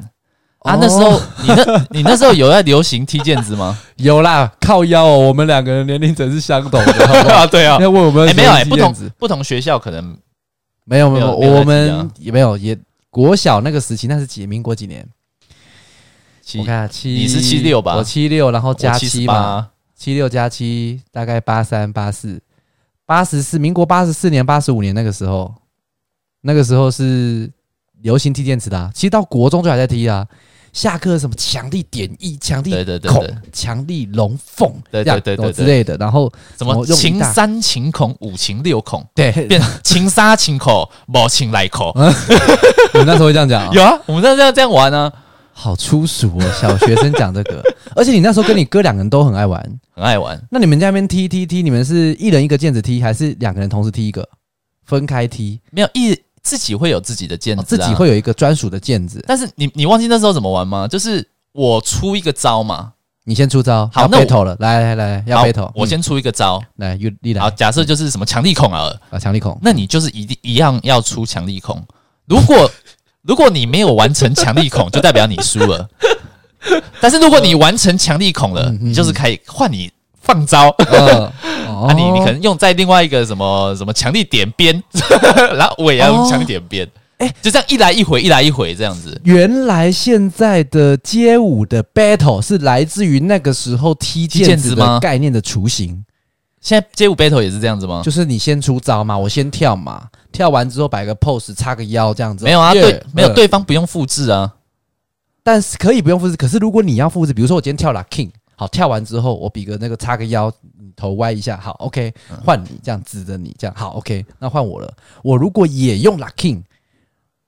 啊。那时候你那你那时候有在流行踢毽子吗？
有啦，靠腰哦，我们两个人年龄层是相同
(laughs)
的，好不好？
(laughs) 啊，对啊，
要问我们
哎、没有哎、
谁是
不
这样
同
子
不同学校可能
没有没有，
没有没有
我
在这
们
样
也没有也国小那个时期，那是几民国几年？
其
我看啊七，
你是76吧
我七六，然后加
我
七
78
嘛，七六加七大概八三八四，八十四，民国八十四年、八十五年那个时候，那个时候是流行踢毽子的、啊，其实到国中就还在踢啊。下课什么强力点一、强力
对对对
孔
对、
强力龙凤，
对对
这样
对对
什么
对
之类的，然后
什么
用
秦
一大
三、秦孔、五秦、六孔， (laughs)
对，
变秦杀、秦口、某秦来口。
(laughs) 你们那时候会这样讲啊、
有啊，我们那这样这样玩啊呢、
好粗俗哦，小学生讲这个，而且你那时候跟你哥两个人都很爱玩，
很爱玩。
那你们在那边踢踢踢，你们是一人一个毽子踢，还是两个人同时踢一个，分开踢，
没有一自己会有自己的毽子、啊
哦自己。会有一个专属的毽子？
但是你你忘记那时候怎么玩吗？就是我出一个招嘛，
你先出招，
好
要
那我
battle 了，来来来，要
好
battle，
我
嗯
先出一个招。
来，玉丽
好，
来，
假设就是什么强力孔啊，
啊，强力
(laughs)
孔，
那你就是一定一样要出强力孔。如果如果你没有完成强力孔， (laughs) 就代表你输了。但是如果你完成强力孔了，
嗯嗯
你就是可以换你放招。
呃，
啊
哦
你，你可能用在另外一个什么什么强力点边， (laughs) 然后我也要用强力点
哦
边，哎，就这样一来一回，一来一回这样子。
原来现在的街舞的 battle 是来自于那个时候踢
踢
毽
毽子
子
吗
的概念的雏形，
现在街舞 battle 也是这样子吗？
就是你先出招嘛，我先跳嘛，跳完之后摆个 pose，叉个腰这样子。
没有啊，
耶
对，没有，
嗯
对方不用复制啊。
但是可以不用复制。可是如果你要复制，比如说我今天跳了 king，好，跳完之后我比个那个叉个腰，你头歪一下，好，OK，换你这样指着你这样，好，OK，那换我了。我如果也用了 king，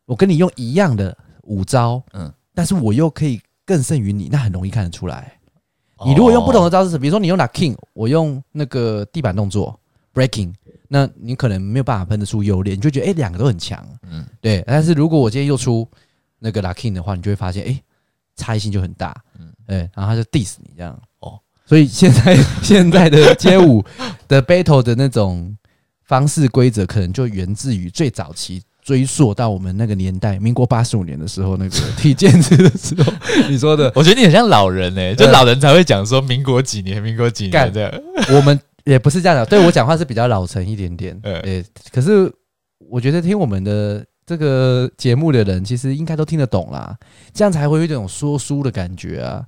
我跟你用一样的五招，
嗯
嗯，但是我又可以更胜于你，那很容易看得出来。你如果用不同
哦
的招式，比如说你用 l king，我用那个地板动作 breaking，那你可能没有办法分得出优劣，你就觉得哎两、个都很强，
嗯
嗯，对。但是如果我今天又出那个 l king 的话，你就会发现哎、差异性就很大，嗯，对，然后他就 diss 你这样，
哦
哦。所以现在现在的街舞的 battle 的那种方式规则，可能就源自于最早期。追溯到我们那个年代，民国八十五年的时候，那个 (laughs) 踢毽子的时候，你说的
我觉得你很像老人呢、就老人才会讲说民国几年，民国几年
干
这样。
我们也不是这样的，对我讲话是比较老成一点点。
嗯
呃、可是我觉得听我们的这个节目的人，其实应该都听得懂啦，这样才会有一种说书的感觉啊。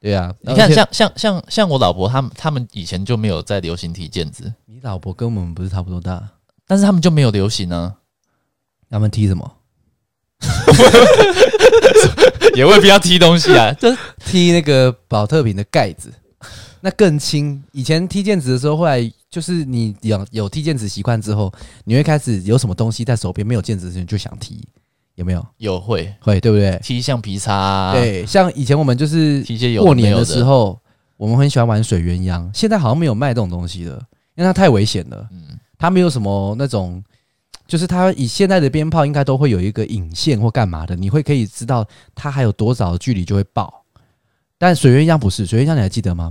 对啊，
你看，
而且
像像像像我老婆他们，他们以前就没有在流行踢毽子，
你老婆跟我们不是差不多大，
但是他们就没有流行啊呢、
他们踢什么？
(laughs) 也未必要踢东西啊。这
踢那个保特瓶的盖子，那更轻。以前踢毽子的时候，后来就是你有有踢毽子习惯之后，你会开始有什么东西在手边没有毽子的时候你就想踢，有没有？
(laughs) 有会
会对不对？
踢橡皮擦、啊，，
对，像以前我们就是
踢一些有
过
没
年
有
的
的
时，候，我们很喜欢玩水鸳鸯，现在好像没有卖这种东西了，因为它太危险了。
嗯，
它没有什么那种，就是它以现在的鞭炮应该都会有一个引线或干嘛的，你会可以知道它还有多少的距离就会爆。但水鸳鸯不是，水鸳鸯你还记得吗？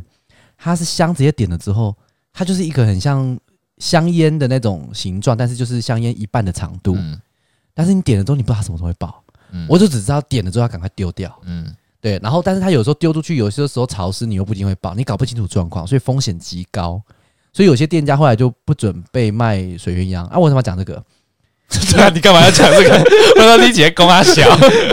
它是香直接点了之后，它就是一个很像香烟的那种形状，但是就是香烟一半的长度。
嗯
但是你点了之后，你不知道它什么时候会爆，
嗯
我就只知道点了之后要赶快丢掉。
嗯
对，然后但是它有时候丢出去，有些时候潮湿，你又不一定会爆，你搞不清楚状况，所以风险极高。所以有些店家后来就不准备卖水鸳鸯啊！我怎么讲这个？
(laughs) 对啊，你干嘛要讲这 (laughs) 个？我说你姐公阿小，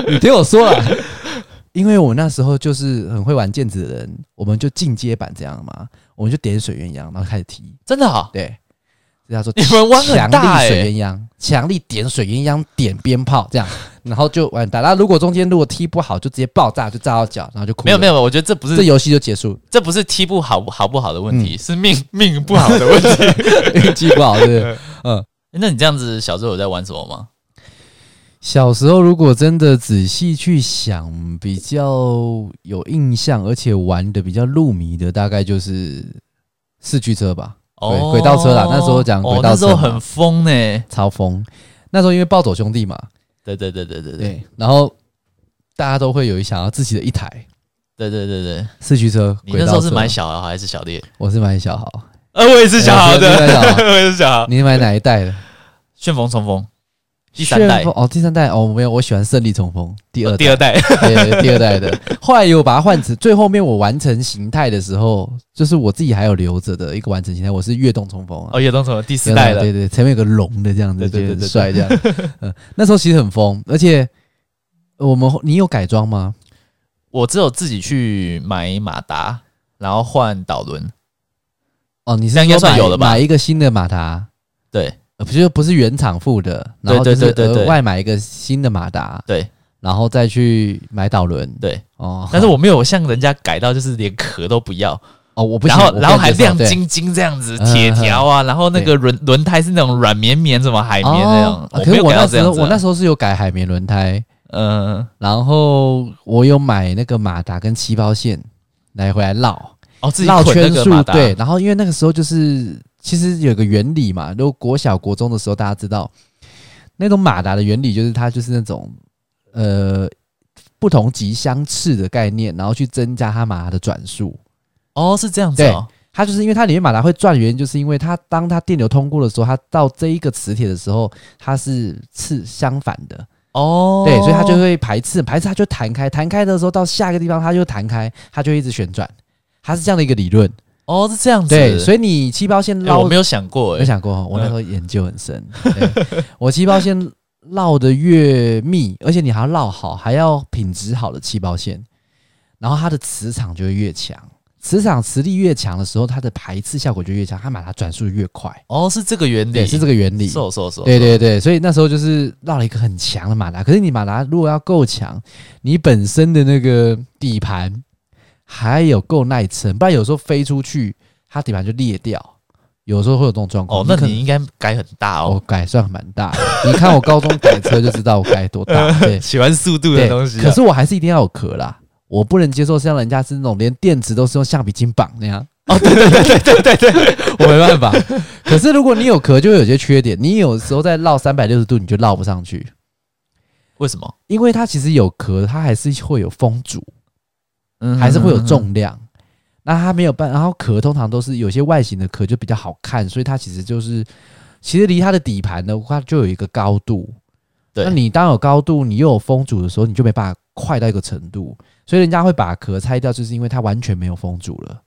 你听我说了， (laughs) 因为我那时候就是很会玩毽子的人，我们就进阶版这样嘛，我们就点水鸳鸯，然后开始踢。
真的哦好、
对，这叫做
你们玩很
强
大
力
欸
水鸳鸯，强力点水鸳鸯，点鞭炮这样，然后就完蛋。那如果中间如果踢不好，就直接爆炸，就炸到脚，然后就哭了。
没有没
有，
有，我觉得这不
这嗯
是
游戏就结束。
这不是踢不好好不好的问题，是命命不好的 (laughs) 问题。
运气不好，对不对？嗯，
那你这样子小时候有在玩什么吗？
小时候如果真的仔细去想，比较有印象，而且玩的比较入迷的，大概就是四驱车吧，对轨道车啦那时候讲
哦
轨道
那时候
车嘛
很疯呢、
超疯。那时候因为暴走兄弟嘛，
对对对对对对
对，然后大家都会有想要自己的一台
对对对对。
四驱车。
你那时候是买
小，
小豪还是小烈？
我是买小豪，
呃，我也是小豪的，
哎我是小豪
我也是小豪。
你买哪一代的？
旋风冲锋第三代
旋，风哦，第三代哦，没有，我喜欢胜利冲锋第二
哦 (laughs) 第二代，
对，第二代的。后来有把它换成，最后面我完成形态的时候，就是我自己还有留着的一个完成形态，我是跃动冲锋啊
哦，。野东什么第四代了
对，对，前面有个龙的这样
对
子，
对对
觉得很帅这样。 (laughs) 嗯，那时候其实很疯，而且我们你有改装吗？
我只有自己去买马达，然后换导轮，
哦，你是
那应该
说
算
买
有了吧
买一个新的马达，
对
呃，不就不是原厂付的，然后
对
就
对
是
对对对
额外买一个新的马达，
对
然后再去买导轮。
对，
哦，
但是我没有像人家改到就是连壳都不要，
哦，我不行
然后
我不
然后还
能接受
亮
对
晶晶这样子，
嗯
铁条啊，然后那个轮轮胎是那种软绵绵，什么海绵那种
哦，
我
啊可
没
是
有
我
改到
那
这
时
样
候
子啊。
我那时候是有改海绵轮胎，
嗯
然后我有买那个马达跟气泡线来回来绕
哦自己
绕
捆那
圈
个
数
马，达，
对，然后因为那个时候就是其实有个原理嘛，如果国小国中的时候大家知道，那种马达的原理就是它就是那种呃不同级相斥的概念，然后去增加它马达的转速。
哦是这样子哦，
它就是因为它里面马达会转，原因就是因为它当它电流通过的时候，它到这一个磁铁的时候，它是次相反的，
哦
对，所以它就会排斥，排斥它就弹开，弹开的时候到下一个地方它就弹开，它就一直旋转，它是这样的一个理论。
哦是这样子，
对，所以你气泡线
哎
绕，
我没有想过
没
哎，
想过哦，我那时候研究很深，对我气泡线绕的越密，而且你还要绕好，还要品质好的气泡线，然后它的磁场就会越强。磁场磁力越强的时候，它的排斥效果就越强，它马达转速越快，
哦是这个原
对，
理，哦
是这个原理。
瘦瘦瘦，
对对对，所以那时候就是绕了一个很强的马达。可是你马达如果要够强，你本身的那个底盘还有够耐撑，不然有时候飞出去，它底盘就裂掉，有时候会有这种状况。
哦，那
可
你应该改很大
我
哦，
改算蛮大的，你看我高中改车就知道我改
(laughs)
多大。对
喜欢速度的
对
东西，啊
可。是我还是一定要有壳啦。我不能接受像人家是那种连电池都是用橡皮筋绑那样，
哦对对对，
(laughs) 我没办法。可是如果你有壳，就会有些缺点。你有时候在绕三百六十度，你就绕不上去。
为什么？
因为它其实有壳，它还是会有风阻，
嗯
还是会有重量。那它没有办，然后壳通常都是有些外形的壳就比较好看，所以它其实就是，其实离它的底盘的话就有一个高度。
对
那你当有高度，你又有风阻的时候，你就没办法快到一个程度，所以人家会把壳拆掉，就是因为它完全没有风阻了。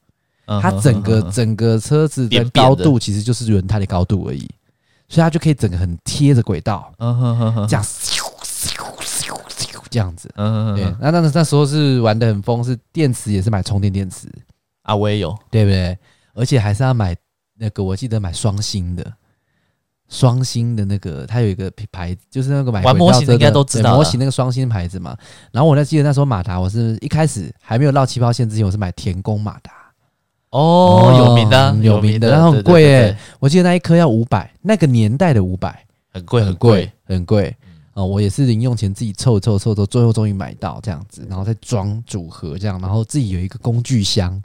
嗯
它
哼
整个
哼哼
整个车子的
扁扁
高
的
度其实就是轮胎的高度而已，所以它就可以整个很贴着轨道
嗯哼哼哼
这样，咻咻咻咻这样子。
嗯哼哼
对
哼，
那那那时候是玩的很疯，是电池也是买充电电池，
啊，我也有，
对不对？而且还是要买那个，我记得买双星的，双星的那个，它有一个品牌，就是那个买
玩
轨
模
道
型
车
的应该
的
都知
对
道
模
了
型那个双星牌子嘛。然后我那记得那时候马达，我是一开始还没有绕起跑线之前，我是买田宫马达，
哦，
哦
有名的啊，
嗯有
有
名
名
的
的，
然后很
对对
贵
对
耶
对
我记得那一颗要五百，那个年代的五百，
很贵很贵
很
嗯
贵，很贵啊、呃我也是零用钱自己凑凑凑凑，最后终于买到这样子，然后再装组合这样，然后自己有一个工具箱，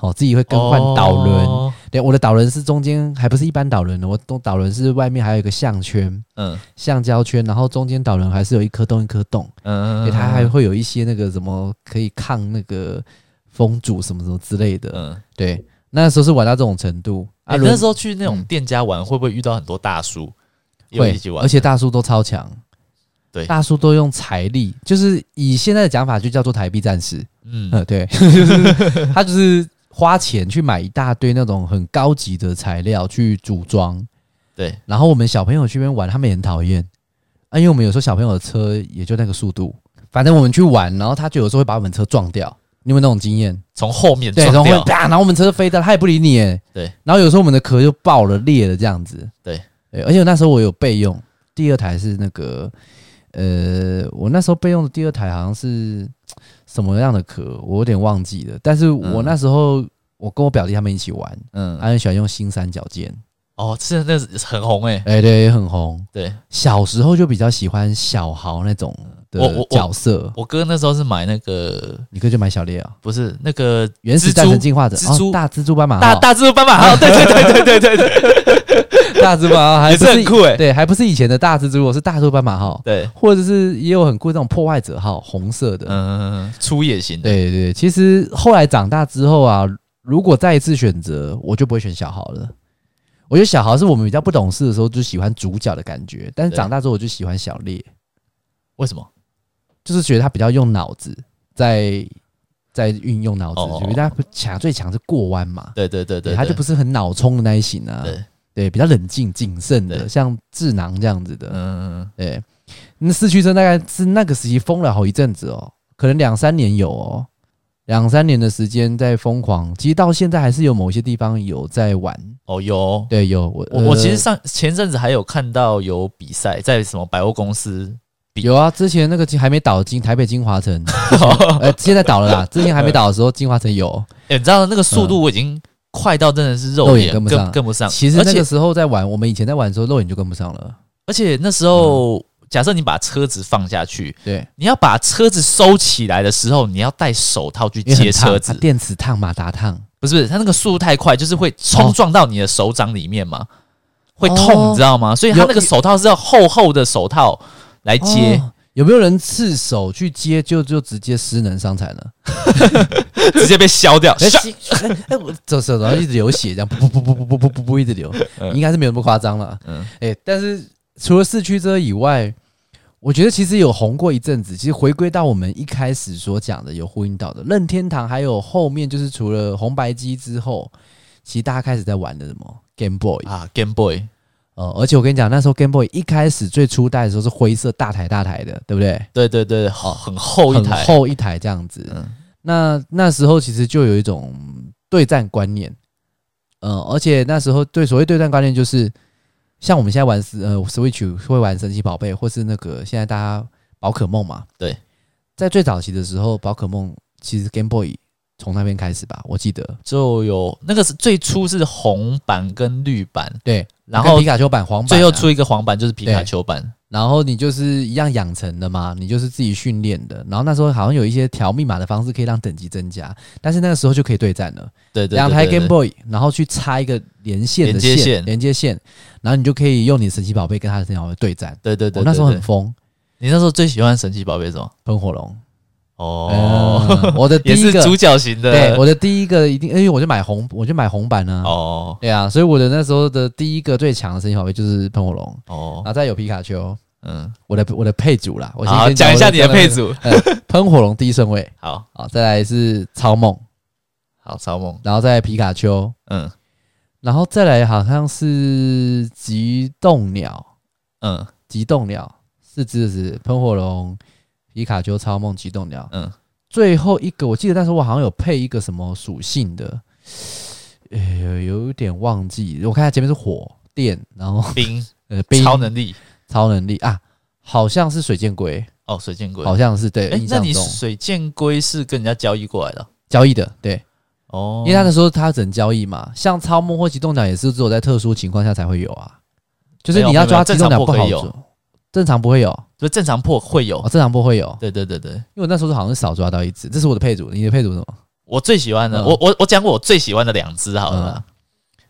哦，自己会更换导轮。
哦
对，我的导轮是中间还不是一般导轮哦的，我动导轮是外面还有一个项圈、
嗯
橡胶圈，然后中间导轮还是有一颗洞一颗洞，
嗯，
对，它还会有一些那个什么可以抗那个风阻什么什么之类的。
嗯。
对，那时候是玩到这种程度
啊，
轮嗯
那时候去那种店家玩，会不会遇到很多大叔？有
会
一起，玩，
而且大叔都超强。
对
大叔都用财力，就是以现在的讲法，就叫做台币战士。
嗯，
嗯，
(laughs)
对， (laughs) 就是他就是花钱去买一大堆那种很高级的材料去组装。
对，
然后我们小朋友去那边玩，他们也很讨厌啊，因为我们有时候小朋友的车也就那个速度，反正我们去玩，然后他就有时候会把我们车撞掉。你有没有那种经验？
从后面
对，
撞
然后会
掉，
啪，然后我们车就飞掉，他也不理你耶。
对，
然后有时候我们的壳就爆了、裂了这样子。
对
对，而且那时候我有备用，第二台是那个，呃，我那时候备用的第二台好像是什么样的壳，我有点忘记了。但是我
嗯
那时候我跟我表弟他们一起玩，他
嗯，
很喜欢用新三角剑，
哦，是那是很红哎，
哎、对，很红。
对
小时候就比较喜欢小豪那种
我
的
我我
角色，
我哥那时候是买那个，
你哥就买小烈啊，
不是那个
原始
蜘
战神
蛛
进化者，
蜘蛛
哦、大蜘蛛斑马
大
号
大蜘蛛
(laughs)
斑马号，对对对对对对对
大蜘蛛斑马 (laughs) 号
(laughs)
还
也
不
是很酷哎
对，还不是以前的大蜘蛛，我是大蜘蛛斑马号，
对，
或者是也有很酷的那种破坏者号，红色的。
嗯，粗野型的，
对对对，其实后来长大之后啊，如果再一次选择，我就不会选小豪了。我觉得小豪是我们比较不懂事的时候就喜欢主角的感觉，但是
对
长大之后我就喜欢小烈，
为什么？
就是觉得他比较用脑子在在运用脑子，
哦哦哦
因为他强最强是过弯嘛，
对对对对，
他就
对
不是很脑冲的那一型啊，
对，
对，比较冷静谨慎的，
对
像智囊这样子的，
嗯，
对，那四驱车大概是那个时期封了好一阵子哦，可能两三年有哦。两三年的时间在疯狂，其实到现在还是有某些地方有在玩。
哦，有
对，有我
我我
呃
其实上前阵子还有看到有比赛在什么百货公司，
有啊，之前那个还没倒金台北金华
(laughs)
城，之前呃，现在倒了啦。之前还没倒的时候，金华城
(laughs)
有。
哎、你知道那个速度我已经快到真的是肉
嗯肉眼
眼
跟不上
跟不上。
其实
而
那
且
个时候在玩，我们以前在玩的时候，肉眼就跟不上了。
而且那时候，假设你把车子放下去，
对，
你要把车子收起来的时候，你要戴手套去
因为很
接
烫
车
它
子，
电磁烫、马达烫，
不是它那个速度太快，就是会冲
哦
撞到你的手掌里面嘛，会
哦
痛，你知道吗？所以它
有
那个手套是要厚厚的手套来接，
哦有没有人赤手去接就就直接失能伤残了？
(laughs) 直接被削掉。
哎
削，
哎哎，我走走走，然后一直流血，这样噗噗噗噗噗噗噗噗一直流，
嗯
应该是没有那么夸张了。
嗯
哎，但是除了市区车以外，我觉得其实有红过一阵子。其实回归到我们一开始所讲的，有呼应到的任天堂，还有后面就是除了红白机之后，其实大家开始在玩的什么 Game Boy
啊，Game Boy，
呃，而且我跟你讲，那时候 Game Boy 一开始最初代的时候是灰色大台大台的，对不对？
对对对，很厚一
哦很
台，
厚一台这样子。
嗯
那那时候其实就有一种对战观念，呃，而且那时候对所谓对战观念就是，像我们现在玩呃 Switch 会玩神奇宝贝，或是那个现在大家宝可梦嘛。
对，
在最早期的时候，宝可梦其实 Game Boy 从那边开始吧，我记得。
就有那个是最初是红版跟绿版，
对，
然后
皮卡丘版、黄版、啊
最后出，一个黄版就是皮卡丘版，
然后你就是一样养成的嘛，你就是自己训练的。然后那时候好像有一些调密码的方式可以让等级增加，但是那个时候就可以对战了。
对对对
两台 Game。
对对
Boy，然后去插一个连线的
连接线
连接线，然后你就可以用你神奇宝贝跟他的神奇宝贝对战。
对对对，
我哦那时候
对
很
对
疯，
你那时候最喜欢神奇宝贝什么？
喷火龙
哦，
嗯我的 (laughs) 第
也
一
是主
个，
角型的，
对，我的第一个一定，因为我就买红，我就买红版呢。
哦
对啊，所以我的那时候的第一个最强的神奇宝贝就是喷火龙，然
哦，
后再有皮卡丘，
嗯，
我的我的配组啦。我先
好，
跟
讲一下
我
你的配
我
组，
呃 (laughs) 喷火龙第一顺位，
好
好，再来是超梦，
好超梦，
然后再来皮卡丘，
嗯
然后再来好像是极冻鸟。
嗯
极冻鸟，四只是喷火龙、皮卡丘、超梦、极冻鸟。
嗯，
最后一个我记得，但是我好像有配一个什么属性的，呃，有一点忘记。我看它前面是火、电，然后
冰
呃冰
超能力
超能力啊，好像是水箭龟，
哦，水箭龟，
好像是对，
哎，
印
那
象
你
中
水箭龟是跟人家交易过来的
交易的对，
哦
因，为他那时候他只能交易嘛，像超梦或极冻鸟也是只有在特殊情况下才会有啊，就是
没有
你要
没
抓
有
极
正
冻
常
鸟
破
不
可以
好
有
抓，正常不会有，
就正常破会有
哦，，正常不会有。
对对对对，
因为我那时候好像是少抓到一只，这是我的配组，你的配组是什么？
我最喜欢的，
嗯
我我我讲我最喜欢的两只好了啦。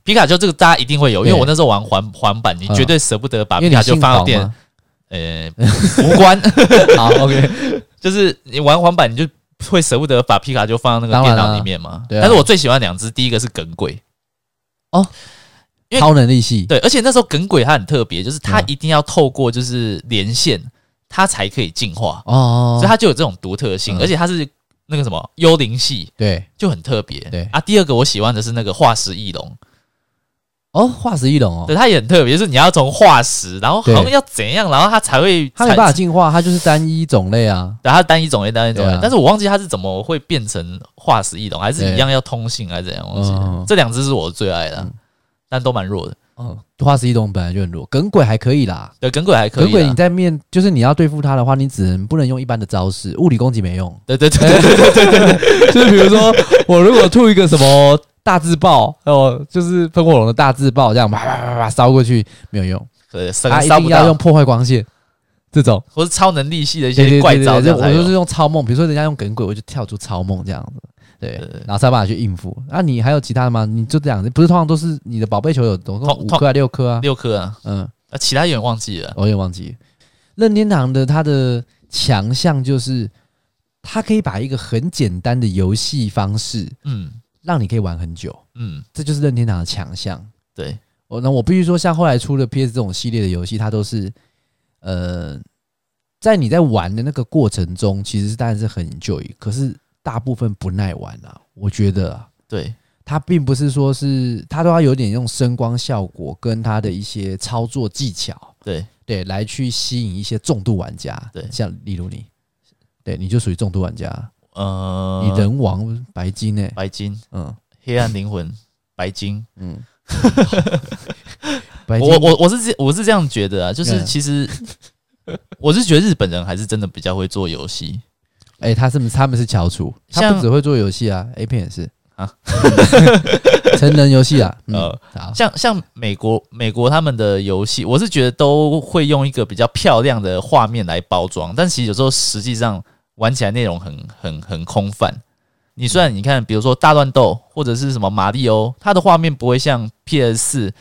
皮卡丘这个大家一定会有，因为
对
我那时候玩环环版，你
嗯
绝对舍不得把
因为
皮
你
卡丘
姓
放到
黄
店，
吗？ (laughs)
呃，无关， (laughs)
好，OK，
就是你玩环板，你就会舍不得把皮卡丘放到那个
当
电
然啊
脑里面嘛。
对啊
但是我最喜欢两只，第一个是耿鬼， (laughs) 因为
超能力系，
对，而且那时候耿鬼它很特别，就是它
嗯
一定要透过就是连线，它才可以进化，
哦，
所以它就有这种独特性，
嗯
而且它是那个什么幽灵系，
对，
就很特别。
对
啊，第二个我喜欢的是那个化石翼龙，
哦，化石翼龙哦，
对，它也很特别，就是你要从化石，然后好像
对
要怎样，然后它才会
它没办
才
法进化，它就是单一种类啊。
对，它单一种类单一种类，
对啊
但是我忘记它是怎么会变成化石翼龙，还是一样要通信还是怎样，忘记了。
嗯
这两只是我最爱的啊，
嗯
但都蛮弱的。
嗯，化石翼龙本来就很弱，耿鬼还可以啦。
对，耿鬼还可
耿
以
鬼
啦
你。在面，就是你要对付它的话，你只能不能用一般的招式，物理攻击没用。
对对对
(laughs)
对对
就是比如说，我如果吐一个什么大字报，哦，就是喷火龙的大字报，这样啪啪啪啪啪烧过去没有用，
对，烧
啊它一
烧
定
不
要
到，
用破坏光线这种。
或是超能力系的一
对
些
对
怪
对对
招，这
对
样
我
才
就是
有。
用超梦，比如说人家用梗鬼，我就跳出超梦这样子，对
对对，
然后才有办法去应付。那、你还有其他的吗？你就这样，不是通常都是你的宝贝球有总共
通
五颗啊六颗啊？
六颗啊，
嗯，
啊，其他有点忘记了。
我也忘记。任天堂的它的强项就是，它可以把一个很简单的游戏方式，
嗯
让你可以玩很久，
嗯，
这就是任天堂的强项。
对，
我那我必须说，像后来出的 PS 这种系列的游戏，它都是呃，在你在玩的那个过程中，其实是当然是很 enjoy，可是大部分不耐玩啊。我觉得啊，
对，
它并不是说是它都要有点用声光效果跟它的一些操作技巧，
对，
对，来去吸引一些重度玩家。
对
像例如你，对，你就属于重度玩家。
呃，
你人王白金哎、
白金、
嗯
黑暗灵魂、白金，
嗯， (laughs) 白金
我我我是这我是这样觉得啊，就是
嗯
其实 (laughs) 我是觉得日本人还是真的比较会做游戏，
哎、他是他们是翘楚，他
像
不只会做游戏啊，A 片也是
啊
啊，成人游戏啊，嗯，
呃
好，
像像美国美国他们的游戏，我是觉得都会用一个比较漂亮的画面来包装，但其实有时候实际上玩起来内容很很很空泛。你虽然你看，比如说大乱斗或者是什么马里欧，它的画面不会像 PS 四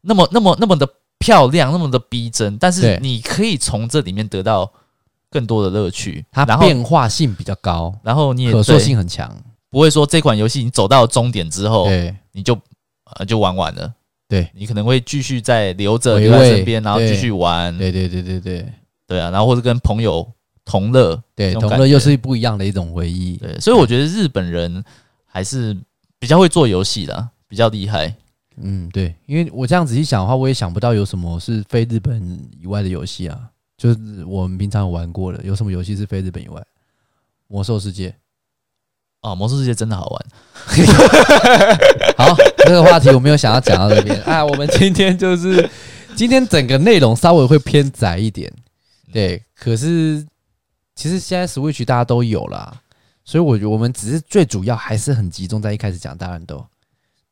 那么那么那么的漂亮，那么的逼真，但是
对
你可以从这里面得到更多的乐趣。
它
然后
变化性比较高，
然后你也
可塑
对
性很强，
不会说这款游戏你走到终点之后，
对
你就呃就玩完了。
对
你可能会继续再留着
回
留在
味
身边，然后继
对
续玩，
对对对对对
对啊，然后或者跟朋友同乐，
对，
这种
同
感
乐又
觉
是不一样的一种回忆。
对，所以我觉得日本人还是比较会做游戏的，比较厉害。
嗯，对，因为我这样仔细想的话，我也想不到有什么是非日本以外的游戏啊，就是我们平常有玩过的，有什么游戏是非日本以外？魔兽世界。
哦，魔兽世界真的好玩，
好，这个话题我没有想要讲到这边啊。我们今天就是今天整个内容稍微会偏窄一点，对。可是其实现在 Switch 大家都有啦，所以我觉得我们只是最主要还是很集中在一开始讲大乱斗，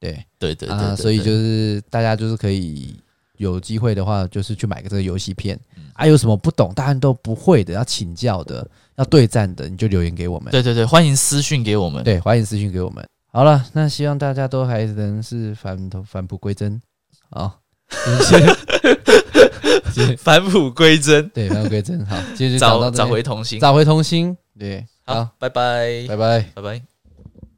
对
对对对
啊，
对
所以
对
就是大家就是可以有机会的话，就是去买个这个游戏片
嗯
啊，有什么不懂大家都不会的，要请教的，要对战的，你就留言给我们。
对对对，欢迎私讯给我们。
对，欢迎私讯给我们。好了，那希望大家都还能是返头返璞归真。好， (laughs) 谢谢。
返璞归真，
对，返璞归真。好，接着
找
到这
找
边
回童心。
找回童心。对，好，
好，拜拜，
拜拜。
拜拜。